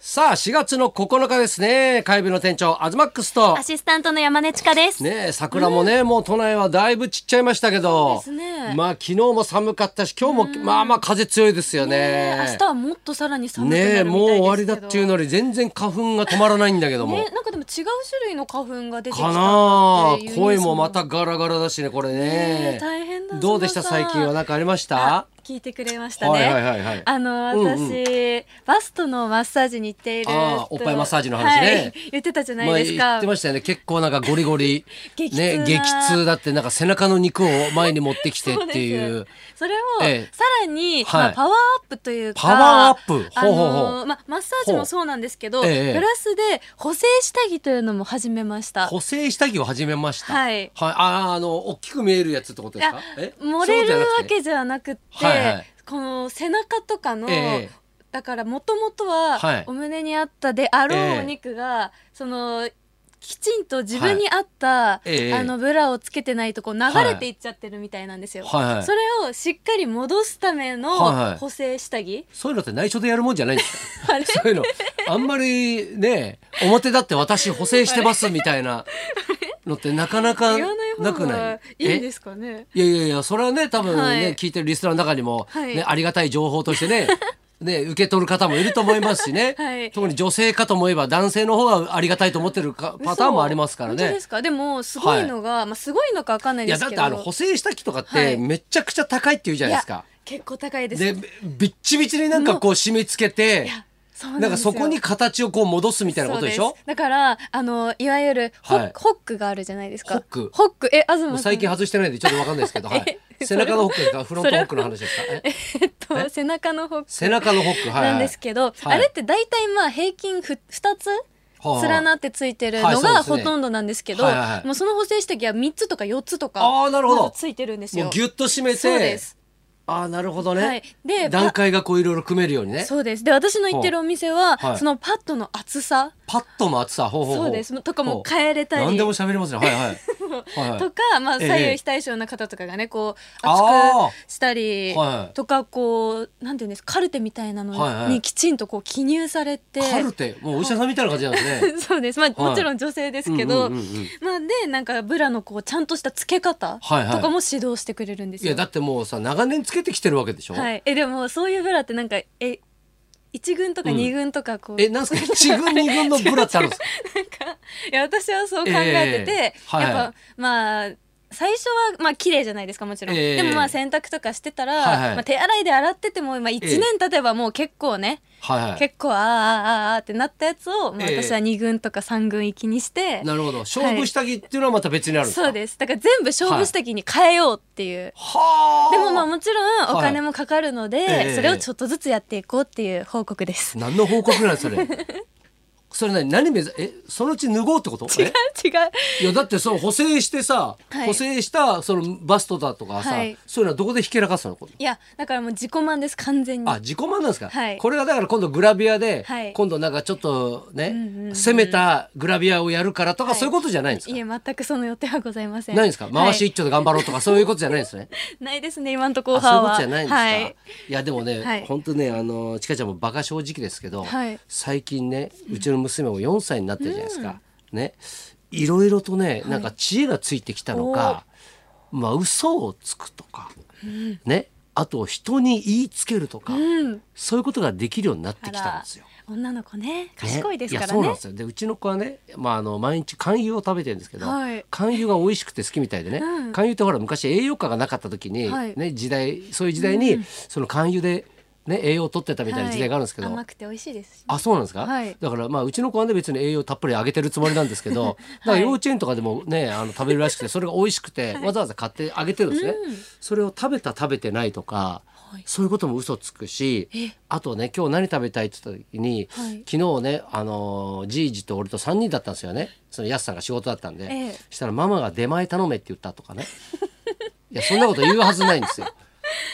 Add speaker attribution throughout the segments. Speaker 1: さあ4月の9日ですね火曜日の店長アズマックスと
Speaker 2: アシスタントの山根千佳です。
Speaker 1: ねえ桜もね、もう都内はだいぶ散っちゃいましたけど
Speaker 2: そうですね
Speaker 1: まあ昨日も寒かったし今日もまあまあ風強いですよね
Speaker 2: ねえ明日はもっとさらに寒くなるみたい
Speaker 1: ね
Speaker 2: です
Speaker 1: え
Speaker 2: けど。
Speaker 1: もう終わりだっていうのに全然花粉が止まらないんだけども、
Speaker 2: ねなんかでも違う種類の花粉が出てきた
Speaker 1: か
Speaker 2: っ
Speaker 1: なあ
Speaker 2: ていう
Speaker 1: 声もまたガラガラだしねこれね
Speaker 2: ねえ大変だ
Speaker 1: どうでした
Speaker 2: その
Speaker 1: 最
Speaker 2: さ
Speaker 1: 近は何かありました
Speaker 2: あ聞いてくれましたね。
Speaker 1: はいはいはいはい
Speaker 2: あの
Speaker 1: うんうん
Speaker 2: 私、バストのマッサージに行っている
Speaker 1: ああ
Speaker 2: と
Speaker 1: おっぱいマッサージの話ね
Speaker 2: はい言ってたじゃない
Speaker 1: 前
Speaker 2: です
Speaker 1: 言
Speaker 2: か。
Speaker 1: ってましたよね結構なんかゴリゴリ
Speaker 2: 激痛
Speaker 1: ね
Speaker 2: な
Speaker 1: 激痛だってなんか背中の肉を前に持ってきてってい
Speaker 2: そうですそれを
Speaker 1: ええ
Speaker 2: さらに、
Speaker 1: はい
Speaker 2: まあ、パワーアップというか
Speaker 1: パワーアップ
Speaker 2: あ
Speaker 1: ほうほうほう
Speaker 2: のーまあ、マッサージもそうなんですけど、
Speaker 1: ほうええ
Speaker 2: プラスで補正下着というのも始めました
Speaker 1: 補正下着を始めました
Speaker 2: はい
Speaker 1: あああの大きく見えるやつってことですかえ
Speaker 2: 漏れるわ
Speaker 1: そうじゃなくて
Speaker 2: けじゃなくって
Speaker 1: はいはい
Speaker 2: この背中とかの、
Speaker 1: ええ
Speaker 2: だからもともと
Speaker 1: はい
Speaker 2: はお胸にあったであろ
Speaker 1: ええ
Speaker 2: うお肉が、そのきちんと自分に合った、
Speaker 1: ええ
Speaker 2: あのブラをつけてないとこう流れていっちゃってるみたいなんですよ、
Speaker 1: はいはい
Speaker 2: それをしっかり戻すため
Speaker 1: はいは
Speaker 2: の
Speaker 1: い
Speaker 2: 補正下着、
Speaker 1: そういうのって内緒でやるもんじゃないんですか
Speaker 2: あれ
Speaker 1: そういうのあんまりね表だって私補正してますみたいなのってなかなか
Speaker 2: 言わない
Speaker 1: なく
Speaker 2: 方
Speaker 1: な
Speaker 2: が
Speaker 1: い
Speaker 2: いいん
Speaker 1: え
Speaker 2: ですかね
Speaker 1: いやいやいや、それはね、多分ね、
Speaker 2: はい
Speaker 1: 聞いてるリスナーの中にも、
Speaker 2: はい
Speaker 1: ね、ありがたい情報として ね、ね、受け取る方もいると思いますしね、
Speaker 2: はい
Speaker 1: 特に女性かと思えば男性の方がありがたいと思ってるかパターンもありますから
Speaker 2: 嘘本当
Speaker 1: ね
Speaker 2: で。すかでもすごいのが、まあすごいのかわかんない
Speaker 1: い
Speaker 2: で
Speaker 1: や、
Speaker 2: す
Speaker 1: だっ
Speaker 2: けど
Speaker 1: てあの、補正した機とかっ
Speaker 2: は
Speaker 1: て
Speaker 2: い
Speaker 1: めちゃくちゃ高いって言うじゃないです
Speaker 2: い
Speaker 1: か
Speaker 2: や。結構高いです
Speaker 1: で、びっちびちになんかこう締め付けて
Speaker 2: い、やそう
Speaker 1: なんか
Speaker 2: です
Speaker 1: そ
Speaker 2: よ
Speaker 1: こに形をこう戻すみたいなことでしょ
Speaker 2: そうすだからあのいわゆるホ,、
Speaker 1: はい
Speaker 2: ホックがあるじゃないですか
Speaker 1: ホック
Speaker 2: ホックえ東さ
Speaker 1: もうん最近外してないんでちょっとわかんないですけど、はい。
Speaker 2: え
Speaker 1: 背中のホックですかフロントホックの話 ですかえ
Speaker 2: えっと背中のホック
Speaker 1: 背中のホック、はいはい。
Speaker 2: なんですけど、
Speaker 1: はい
Speaker 2: あれって大体まあ平均ふ2つ
Speaker 1: はいはい
Speaker 2: 連なってついてる
Speaker 1: はい
Speaker 2: の
Speaker 1: そうで
Speaker 2: が
Speaker 1: すね
Speaker 2: ほとんどなんですけど、
Speaker 1: はいはいはい
Speaker 2: もうその補正下着は3つとか4つとか
Speaker 1: あーなるほど
Speaker 2: まだついてるんですよ。
Speaker 1: もうギュッと締めて、
Speaker 2: そうです
Speaker 1: ああなるほどね、
Speaker 2: はいで
Speaker 1: 段階がこういろいろ組めるようにね
Speaker 2: そうですで私の言ってるお店は、
Speaker 1: はい
Speaker 2: そのパッドの厚さ
Speaker 1: パッとも厚さほうほうほう
Speaker 2: そうですとか
Speaker 1: ほ
Speaker 2: も
Speaker 1: う
Speaker 2: 変えれたり
Speaker 1: 何でも喋れますねはいは いはいはい
Speaker 2: とか、まあ、
Speaker 1: ええ
Speaker 2: 左右非対称な方とかがねこう
Speaker 1: あー
Speaker 2: 厚くしたり
Speaker 1: はい
Speaker 2: とかこうなんていうんですかカルテみたいな
Speaker 1: はいは
Speaker 2: の
Speaker 1: い
Speaker 2: にきちんとこう記入されて、
Speaker 1: カルテもうお医者さんみたいな感じなんですね
Speaker 2: そう ですまあ
Speaker 1: はい
Speaker 2: もちろん女性ですけど、
Speaker 1: うんうんうんうん
Speaker 2: まあ、でなんかブラのこうちゃんとした付け方と
Speaker 1: はいはい
Speaker 2: かも指導してくれるんです
Speaker 1: い
Speaker 2: よ。
Speaker 1: やだってもうさ長年つけてきてるわけでしょ、
Speaker 2: はい、えでもそういうブラってなんかえ一軍とか
Speaker 1: うん
Speaker 2: 二軍とかこう、
Speaker 1: えなんすか一軍二軍のブラってあるん ですか
Speaker 2: なんかいや私はそう考えてて、
Speaker 1: ええはい
Speaker 2: やっぱまあ最初はまあ綺麗じゃないですかもちろん、
Speaker 1: ええ
Speaker 2: でもまあ洗濯とかしてたら、
Speaker 1: はいはい
Speaker 2: まあ、手洗いで洗ってても、まあ、
Speaker 1: え
Speaker 2: 1
Speaker 1: え
Speaker 2: 年経てばもう結構ね、
Speaker 1: はいはい
Speaker 2: 結構あーあーあーあーってなったやつを、まあ、
Speaker 1: ええ
Speaker 2: 私は2軍とか3軍行きにして、
Speaker 1: なるほど勝負下着っていうのはまた別にあるんですか、
Speaker 2: そうですだから全部勝負下着に変えようっていう、
Speaker 1: はあ
Speaker 2: でもまあもちろんお金
Speaker 1: は
Speaker 2: もかかるので、
Speaker 1: ええ
Speaker 2: それをちょっとずつやっていこうっていう報告です。
Speaker 1: 何の報告なんそれそれ何何目指えそのうち脱ごうってこと
Speaker 2: 違う
Speaker 1: え
Speaker 2: 違う
Speaker 1: いやだってその補正してさ、
Speaker 2: はい
Speaker 1: 補正したそのバストだとかさ、
Speaker 2: はい
Speaker 1: そういうのはどこでひけらかしたの
Speaker 2: いやだからもう自己満です完全に
Speaker 1: あ自己満なんですか、
Speaker 2: はい
Speaker 1: これがだから今度グラビアで、
Speaker 2: はい
Speaker 1: 今度なんかちょっとね、
Speaker 2: んうんうん
Speaker 1: 攻めたグラビアをやるからとか、
Speaker 2: はい
Speaker 1: そういうことじゃないんですか
Speaker 2: いえ全くその予定はございません。
Speaker 1: ないんですか回し
Speaker 2: は
Speaker 1: 一丁で頑張ろうとか、そういうことじゃないんです ね。
Speaker 2: い、ないですね今のとこ
Speaker 1: あ
Speaker 2: ろ
Speaker 1: そういうこ
Speaker 2: は
Speaker 1: とじゃないんですか。、
Speaker 2: はい
Speaker 1: やでもね、
Speaker 2: はい
Speaker 1: 本当ねあのちかちゃんもバカ正直ですけど、
Speaker 2: はい
Speaker 1: 最近ねうちの娘も4歳になってるじゃないですか。ねいろいろとねなんか知恵がついてきたのか、まあ嘘をつくとか、ねあと人に言いつけるとか、
Speaker 2: うん
Speaker 1: そういうことができるようになってきたんですよ。
Speaker 2: 女の子ね賢いですから
Speaker 1: いやそうなん
Speaker 2: ね
Speaker 1: ですよでうちの子はね、まあ、あの毎日肝油を食べてるんですけど、
Speaker 2: はい
Speaker 1: 肝油が美味しくて好きみたいでね、
Speaker 2: うん
Speaker 1: 肝油ってほら昔栄養価がなかった時に、
Speaker 2: はい
Speaker 1: ね、時代そういう時代に、その肝油で、ね、栄養を取ってたみたいな時代があるんですけど、
Speaker 2: はい甘くて美味しいですし
Speaker 1: あそうなんですか、
Speaker 2: はい
Speaker 1: だからまあうちの子はね別に栄養たっぷりあげてるつもりなんですけ ど、だから幼稚園とかでもねあの食べるらしくてそれが美味しくて、わざわざ買ってあげてるんですね、それを食べた食べてないとか、
Speaker 2: はい
Speaker 1: そういうことも嘘つくし
Speaker 2: え
Speaker 1: あとね今日何食べたいって言った時に、
Speaker 2: はい
Speaker 1: 昨日ねあのーじいじと俺と3人だったんですよねそのやすさんが仕事だったんで、
Speaker 2: ええ
Speaker 1: したらママが出前頼めって言ったとかねいやそんなこと言うはずないんですよ。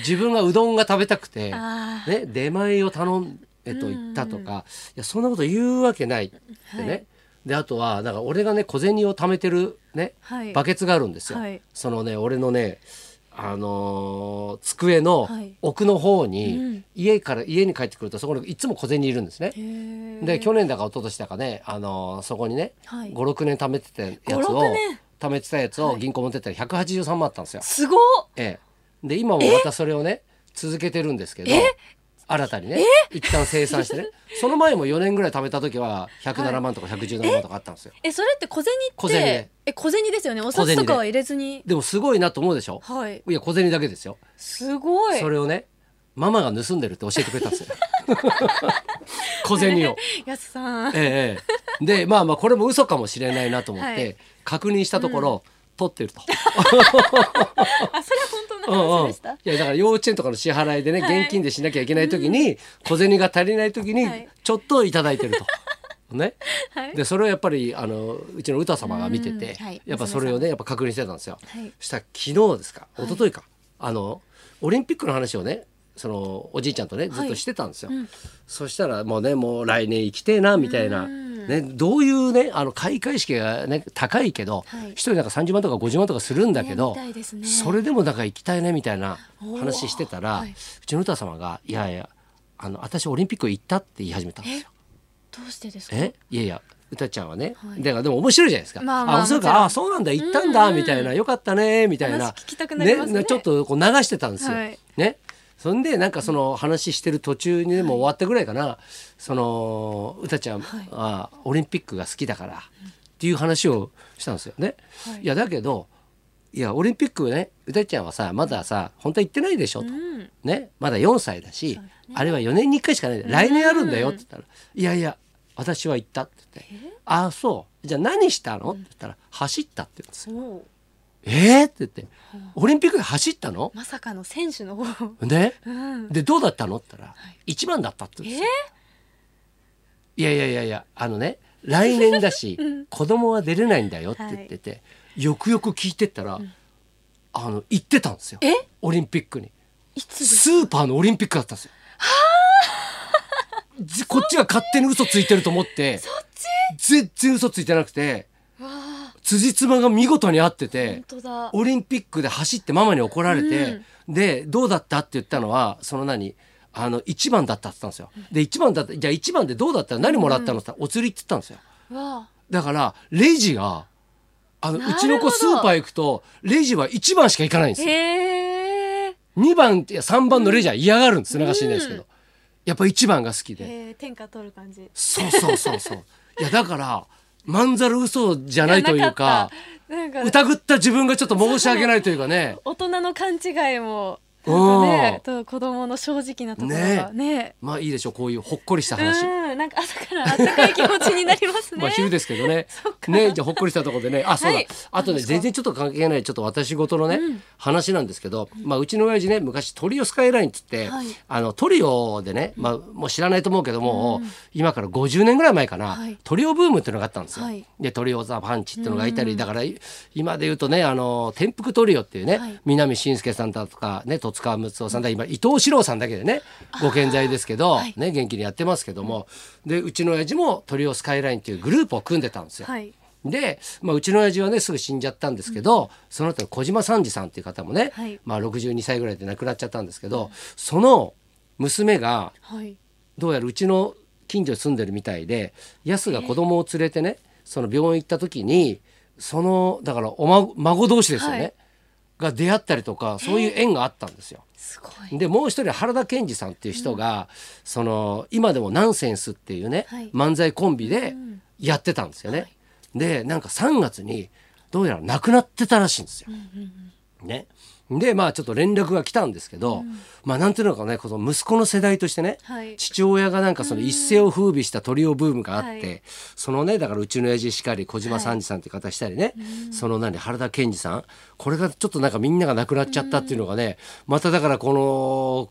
Speaker 1: 自分がうどんが食べたくて、
Speaker 2: あー
Speaker 1: ね、出前を頼んえと言ったとか、いやそんなこと言うわけないってね、
Speaker 2: はい
Speaker 1: であとはなんか俺がね小銭を貯めてる、ね
Speaker 2: はい
Speaker 1: バケツがあるんですよ、
Speaker 2: はい
Speaker 1: そのね俺のねあのー机の
Speaker 2: はい
Speaker 1: 奥の方
Speaker 2: う
Speaker 1: に
Speaker 2: ん
Speaker 1: 家から家に帰ってくるとそこにいつも小銭いるんですね。で去
Speaker 2: 年
Speaker 1: 年だか一昨年だかね、あのーそこにね、
Speaker 2: はい
Speaker 1: 五六56年貯めてたやつ
Speaker 2: 5-6
Speaker 1: を
Speaker 2: 年
Speaker 1: 貯めてたやつを銀行持ってったら183万あったんですよ。
Speaker 2: すごっ
Speaker 1: ええ、で今もまたそれをね続けてるんですけど
Speaker 2: え
Speaker 1: 新たにね一旦生産 してねその前も4年ぐらい貯めた時は107万とか117万とかあったんですよ。
Speaker 2: えそれって小銭って
Speaker 1: 小銭で
Speaker 2: え小銭ですよねお
Speaker 1: 小
Speaker 2: 札
Speaker 1: 銭で
Speaker 2: とかは入れずに
Speaker 1: でもすごいなと思うでしょ
Speaker 2: はい
Speaker 1: いや小銭だけですよ。
Speaker 2: すごい
Speaker 1: それをねママが盗んでるって教えてくれたんです よ。小銭を。
Speaker 2: やすさん
Speaker 1: ええええ、でまあまあこれも嘘かもしれないなと思って、
Speaker 2: はい
Speaker 1: 確認したところ、取ってると。
Speaker 2: あそれは本当
Speaker 1: う
Speaker 2: の
Speaker 1: んうん、
Speaker 2: 話
Speaker 1: い
Speaker 2: でした、
Speaker 1: やだから幼稚園とかの支払いでね、
Speaker 2: はい
Speaker 1: 現金でしなきゃいけない時に、小銭が足りない時に
Speaker 2: はい
Speaker 1: ちょっといただいてる と。ね、
Speaker 2: はい
Speaker 1: でそれをやっぱりあのうちの歌様が見てて、
Speaker 2: うんはい
Speaker 1: やっぱそれをねやっぱ確認してたんですよ。
Speaker 2: はい
Speaker 1: したら昨日ですか一昨日か、あのオリンピックの話をねそのおじいちゃんとねずっとしてたんですよ。
Speaker 2: うん
Speaker 1: そしたらもうねもう来年行きてえなみたいな、
Speaker 2: うん
Speaker 1: ね、どういうねあの開会式が、ね、高いけど一、
Speaker 2: はい
Speaker 1: 人なんか30万とか50万とかするんだけど、
Speaker 2: ねみたいですね
Speaker 1: それでもなんか行きたいねみたいな
Speaker 2: おー
Speaker 1: 話してたら、
Speaker 2: はいう
Speaker 1: ちの歌様が「いやいやあの私オリンピック行った」って言い始めたんですよ。
Speaker 2: どうしてですか
Speaker 1: えいやいや歌ちゃんはね、
Speaker 2: はい
Speaker 1: だからでも面白いじゃないですか、
Speaker 2: まあまあ
Speaker 1: そう
Speaker 2: もちろ
Speaker 1: か
Speaker 2: ん
Speaker 1: あそうなんだ行ったんだ、
Speaker 2: うんうん
Speaker 1: みたいなよかったねみたいな
Speaker 2: 話聞きたくなりますね
Speaker 1: ちょっとこう流してたんですよ、
Speaker 2: はい
Speaker 1: ねそんでなんかその話してる途中にでも終わったぐらいかな、その歌ちゃん、
Speaker 2: はい
Speaker 1: あオリンピックが好きだからっていう話をしたんですよね、
Speaker 2: はい
Speaker 1: い、やだけどいやオリンピックね歌ちゃんはさまださ本当は行ってないでしょと、
Speaker 2: うん
Speaker 1: ね、まだ4歳だし、
Speaker 2: そうだね
Speaker 1: あれは4年に1回しかないんだよ来年あるんだよって言ったら「いやいや私は行った」って言って「ああそうじゃあ何したの?」って言ったら「走った」って言うんですよ。
Speaker 2: おう
Speaker 1: えー、って言って「オリンピックで走ったの
Speaker 2: まさかの選手の方
Speaker 1: ね
Speaker 2: うん
Speaker 1: でどうだったの?」って言ったら
Speaker 2: い
Speaker 1: 「一番だった」って
Speaker 2: え
Speaker 1: 言うんですよ。いやいやいやいやあのね来年だ し、子供は出れないんだよって言ってて、よくよく聞いてったら、あの行ってたんですよ
Speaker 2: え
Speaker 1: オリンピックに。
Speaker 2: いつです
Speaker 1: スーパーのオリンピックだったんですよ。ず こっちが勝手に嘘ついてると思って
Speaker 2: そっち
Speaker 1: 全然嘘ついてなくて
Speaker 2: わあ
Speaker 1: 辻褄が見事に合って
Speaker 2: 本
Speaker 1: て
Speaker 2: 当だ
Speaker 1: オリンピックで走ってママに怒られて、でどうだったって言ったのはその何あの1番だったって言ったんですよ。で1番だったじゃあ1番でどうだった何もらったのって言ったらお釣りって言ったんですよ。
Speaker 2: わあ
Speaker 1: だからレジがあの
Speaker 2: なるほ
Speaker 1: う
Speaker 2: ど
Speaker 1: ちの子スーパー行くとレジは1番しか行かないんですよ
Speaker 2: へえ
Speaker 1: 2番いや3番のレジャー嫌がるんです流しないですけど、
Speaker 2: うん
Speaker 1: やっぱ1番が好きで、
Speaker 2: へえ天下取る感じ
Speaker 1: そうそうそうそういやだからまんざる嘘じゃないというか
Speaker 2: なんか
Speaker 1: 疑った自分がちょっと申し訳ないというかね
Speaker 2: 大人の勘違いもなんかね
Speaker 1: うん
Speaker 2: と子供の正直なところがね
Speaker 1: まあいいでしょうこういうほっこりした話、
Speaker 2: うんなんか朝から温かい気持ちになりますね
Speaker 1: まあ昼ですけどね
Speaker 2: そっか
Speaker 1: ねじゃあほっこりしたところでねあそうだ、
Speaker 2: はい
Speaker 1: あとね全然ちょっと関係ないちょっと私事のね、話なんですけど、まあ、うちの親父ね昔トリオスカイラインっつって、
Speaker 2: はい
Speaker 1: あのトリオでね、まあ、もう知らないと思うけども、今から50年ぐらい前かな、
Speaker 2: はい
Speaker 1: トリオブームっていうのがあったんですよ。
Speaker 2: はい
Speaker 1: でトリオザパンチっていうのがいたり、だからい今で言うとねあの転覆トリオっていうね、
Speaker 2: はい
Speaker 1: 南信介さんだとかね戸塚睦夫さんだ今伊藤四郎さんだけでねご健在ですけど、
Speaker 2: はい
Speaker 1: ね元気にやってますけども、でうちの親父もトリオスカイラインっていうグループを組んでたんですよ。
Speaker 2: はい
Speaker 1: で、まあ、うちの親父はねすぐ死んじゃったんですけど、その後の小島三治さんっていう方もね、
Speaker 2: はい
Speaker 1: まあ、62歳ぐらいで亡くなっちゃったんですけど、その娘が
Speaker 2: はい
Speaker 1: どうやらうちの近所に住んでるみたいでヤスが子供を連れてねその病院行った時にそのだからお孫孫同士ですよね、
Speaker 2: はい
Speaker 1: が出会ったりとかそういう縁があったんですよ。
Speaker 2: すごい
Speaker 1: でもう一人原田健二さんっていう人が、その今でも「ナンセンス」っていうね、
Speaker 2: はい
Speaker 1: 漫才コンビで
Speaker 2: ん
Speaker 1: やってたんですよね。でなんか3月にどうやら亡くなってたらしいんですよ。ね、でまあちょっと連絡が来たんですけど、まあなんていうのかねこの息子の世代としてね、
Speaker 2: はい
Speaker 1: 父親がなんかその一世を風靡したトリオブームがあって、
Speaker 2: はい
Speaker 1: そのねだからうちの親父しかり小島三治さんって方したりね、その何原田健二さんこれがちょっとなんかみんなが亡くなっちゃったっていうのがね、まただからこの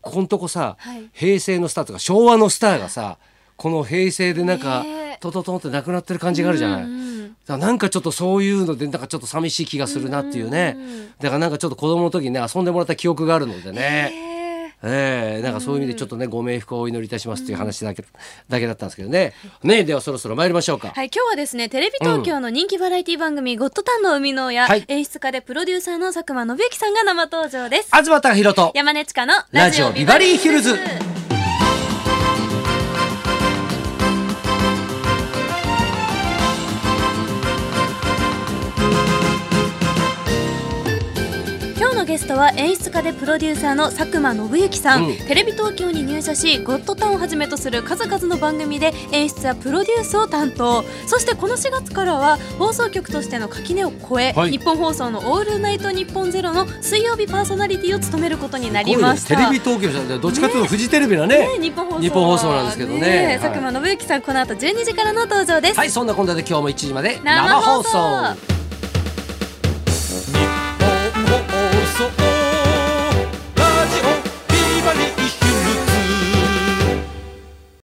Speaker 1: ここんとこさ、
Speaker 2: はい
Speaker 1: 平成のスターとか昭和のスターがさこの平成でなんか、
Speaker 2: ねえ
Speaker 1: トトトンって亡くなってる感じがあるじゃない。
Speaker 2: うんうん
Speaker 1: だからなんかちょっとそういうのでなんかちょっと寂しい気がするなっていうね、
Speaker 2: うんうんうん
Speaker 1: だからなんかちょっと子供の時にね遊んでもらった記憶があるのでね、
Speaker 2: へえ
Speaker 1: ええなんかそういう意味でちょっとね、ご冥福をお祈りいたしますという話だけ、だけだったんですけどね。ね、ではそろそろ参りましょうか。
Speaker 2: はい、今日はですね、テレビ東京の人気バラエティ番組、ゴッドタンの生みの親、
Speaker 1: はい
Speaker 2: 演出家でプロデューサーの佐久間信之さんが生登場です。
Speaker 1: 東隆弘と。
Speaker 2: 山根千佳の
Speaker 1: ラジオビバリーヒルズ
Speaker 2: 今日のゲストは演出家でプロデューサーの佐久間信之さん、
Speaker 1: うん
Speaker 2: テレビ東京に入社し「ゴッドタン」をはじめとする数々の番組で演出やプロデュースを担当そしてこの4月からは放送局としての垣根を越え、
Speaker 1: はい
Speaker 2: 日本放送の「オールナイトニッポンゼロの水曜日パーソナリティを務めることになりまし
Speaker 1: す
Speaker 2: た。
Speaker 1: ごいねテレビ東京じゃなくてどっちかというとフジテレビだね。
Speaker 2: ね日本放送
Speaker 1: 日本放送なんですけどねはい
Speaker 2: 佐久間信之さんこの後12時からの登場です、
Speaker 1: はい、そんなこんなで今日も1時まで
Speaker 2: 生放送